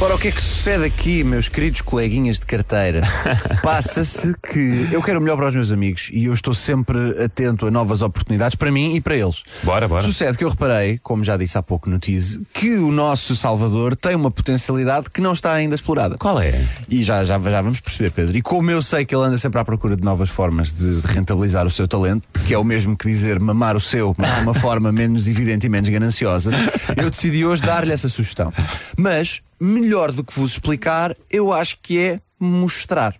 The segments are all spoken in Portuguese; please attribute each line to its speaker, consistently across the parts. Speaker 1: Ora, o que é que sucede aqui, meus queridos coleguinhas de carteira? Passa-se que eu quero o melhor para os meus amigos e eu estou sempre atento a novas oportunidades para mim e para eles.
Speaker 2: Bora, bora.
Speaker 1: Sucede que eu reparei, como já disse há pouco no tease, que o nosso Salvador tem uma potencialidade que não está ainda explorada.
Speaker 2: Qual é?
Speaker 1: E já, já, já vamos perceber, Pedro. E como eu sei que ele anda sempre à procura de novas formas de rentabilizar o seu talento, que é o mesmo que dizer mamar o seu, mas de uma forma menos evidente e menos gananciosa, eu decidi hoje dar-lhe essa sugestão. Mas, melhor do que vos explicar, eu acho que é mostrar.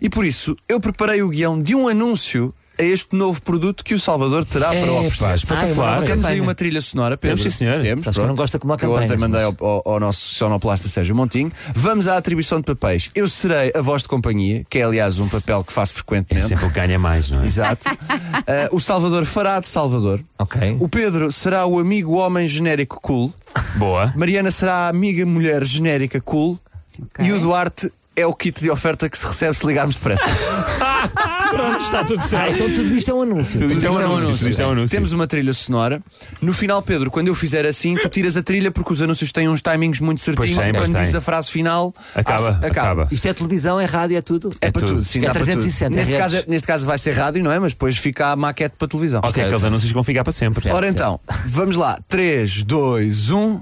Speaker 1: E por isso, eu preparei o guião de um anúncio a este novo produto que o Salvador terá para
Speaker 2: pá,
Speaker 1: oferecer.
Speaker 3: Ah,
Speaker 2: espetacular.
Speaker 1: Temos aí uma trilha sonora, Pedro.
Speaker 2: Temos, sim, senhor.
Speaker 1: Temos,
Speaker 3: Sabes que eu
Speaker 1: pronto.
Speaker 3: não gosto como há
Speaker 1: Que Eu ontem
Speaker 3: campanhas,
Speaker 1: mandei ao, ao- ao nosso sonoplasta Sérgio Montinho. Vamos à atribuição de papéis. Eu serei a voz de companhia, que é aliás um papel que faço
Speaker 2: É
Speaker 1: frequentemente.
Speaker 2: sempre o que ganha mais, não é?
Speaker 1: Exato. Ah, o Salvador fará de Salvador.
Speaker 3: Ok.
Speaker 1: O Pedro será o amigo homem genérico cool.
Speaker 2: Boa.
Speaker 1: Mariana será a amiga mulher genérica cool.
Speaker 4: Ok.
Speaker 1: E o Duarte é o kit de oferta que se recebe se ligarmos depressa.
Speaker 2: Pronto, está tudo
Speaker 3: Ah, então tudo isto é um anúncio.
Speaker 2: Tudo isto é um
Speaker 1: Isto é um
Speaker 2: anúncio. tudo Isto é um anúncio.
Speaker 1: Temos uma trilha sonora. No final, Pedro, quando eu fizer assim, tu tiras a trilha porque os anúncios têm uns timings muito certinhos.
Speaker 2: tem,
Speaker 1: e
Speaker 2: pois
Speaker 1: quando
Speaker 2: tem.
Speaker 1: diz a frase final,
Speaker 2: Acaba,
Speaker 1: ah,
Speaker 2: acaba.
Speaker 3: Isto é televisão, é rádio, é tudo.
Speaker 1: É, para tudo.
Speaker 2: tudo.
Speaker 1: sim,
Speaker 3: Isto é
Speaker 1: dá para tudo.
Speaker 3: 360
Speaker 1: Neste
Speaker 3: redes.
Speaker 1: caso, é- neste caso vai ser rádio, não é? Mas depois fica a maquete para televisão.
Speaker 2: Ok, aqueles anúncios que vão ficar para sempre.
Speaker 1: Ora então, vamos lá. 3, 2, 1.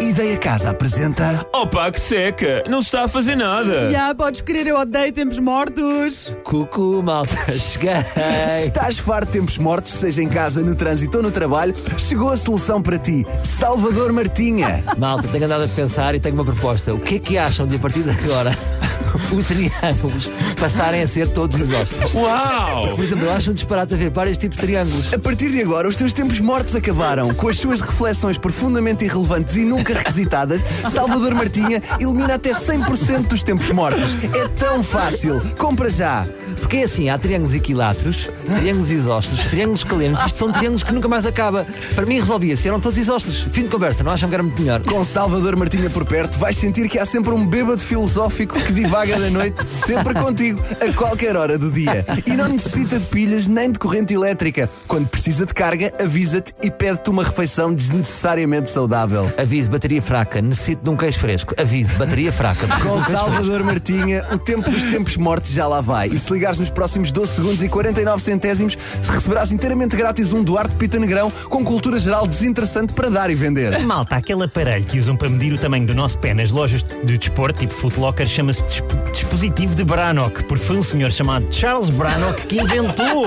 Speaker 1: Ideia Casa apresenta.
Speaker 2: Opa, que seca! Não se está a fazer nada!
Speaker 4: Já, podes crer, eu odeio tempos mortos.
Speaker 3: Cucu, malta, cheguei.
Speaker 1: Se estás farto de tempos mortos, seja em casa, no trânsito ou no trabalho, chegou a solução para ti. Salvador Martinha.
Speaker 3: Malta, tenho andado a pensar e tenho uma proposta. O que é que acham de a partir de agora os triângulos passarem a ser todos exaustos?
Speaker 2: Uau!
Speaker 3: Por exemplo, eu acho um disparate haver vários tipos de triângulos.
Speaker 1: A partir de agora, os teus tempos mortos acabaram. Com as suas reflexões profundamente irrelevantes e nunca requisitadas, Salvador Martinha elimina até 100% dos tempos mortos. É tão fácil. Compra já.
Speaker 3: Porque é assim, há triângulos equiláteros, triângulos isósceles, triângulos calentes. Isto são triângulos que nunca mais acaba. Para mim resolvia-se, eram todos isósceles. Fim de conversa, não acham que era muito melhor?
Speaker 1: Com Salvador Martinha por perto, vais sentir que há sempre um bêbado filosófico que divaga da noite, sempre contigo, a qualquer hora do dia. E não necessita de pilhas nem de corrente elétrica. Quando precisa de carga, avisa-te e pede-te uma refeição desnecessariamente saudável.
Speaker 3: Aviso, bateria fraca, necessito de um queijo fresco. Aviso, bateria fraca. preciso de um
Speaker 1: Com
Speaker 3: queijo
Speaker 1: Salvador Martinha, o tempo dos tempos mortos já lá vai. E se ligares nos próximos 12 segundos e 49 centésimos, receberás inteiramente grátis um Duarte Pita Negrão com cultura geral desinteressante para dar e vender.
Speaker 5: Malta, aquele aparelho que usam para medir o tamanho do nosso pé nas lojas de desporto, tipo Footlocker, chama-se dis- dispositivo de Brannock, porque foi um senhor chamado Charles Brannock que inventou.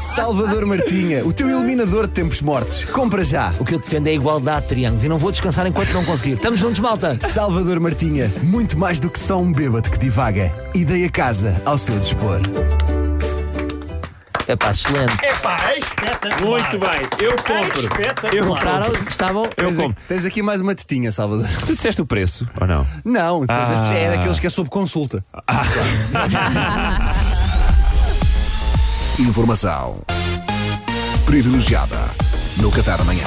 Speaker 1: Salvador Martinha, o teu eliminador de tempos mortos. Compra já.
Speaker 3: O que eu defendo é a igualdade de triângulos e não vou descansar enquanto não conseguir. Estamos juntos, malta!
Speaker 1: Salvador Martinha, muito mais do que só um bêbado que divaga. Ideia casa ao seu dispor.
Speaker 3: É pá, excelente.
Speaker 5: Epá, é espetacular.
Speaker 2: Muito bem, eu compro. Eu
Speaker 3: Compraram,
Speaker 2: compro.
Speaker 3: estavam.
Speaker 2: Eu
Speaker 1: Tens,
Speaker 2: compro.
Speaker 1: aqui- tens aqui mais uma tetinha, Salvador.
Speaker 2: Tu disseste o preço, ou não?
Speaker 1: Não, tens-
Speaker 2: Ah.
Speaker 1: é daqueles que é sob consulta.
Speaker 6: Informação privilegiada no Café da manhã.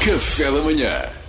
Speaker 6: Café da manhã.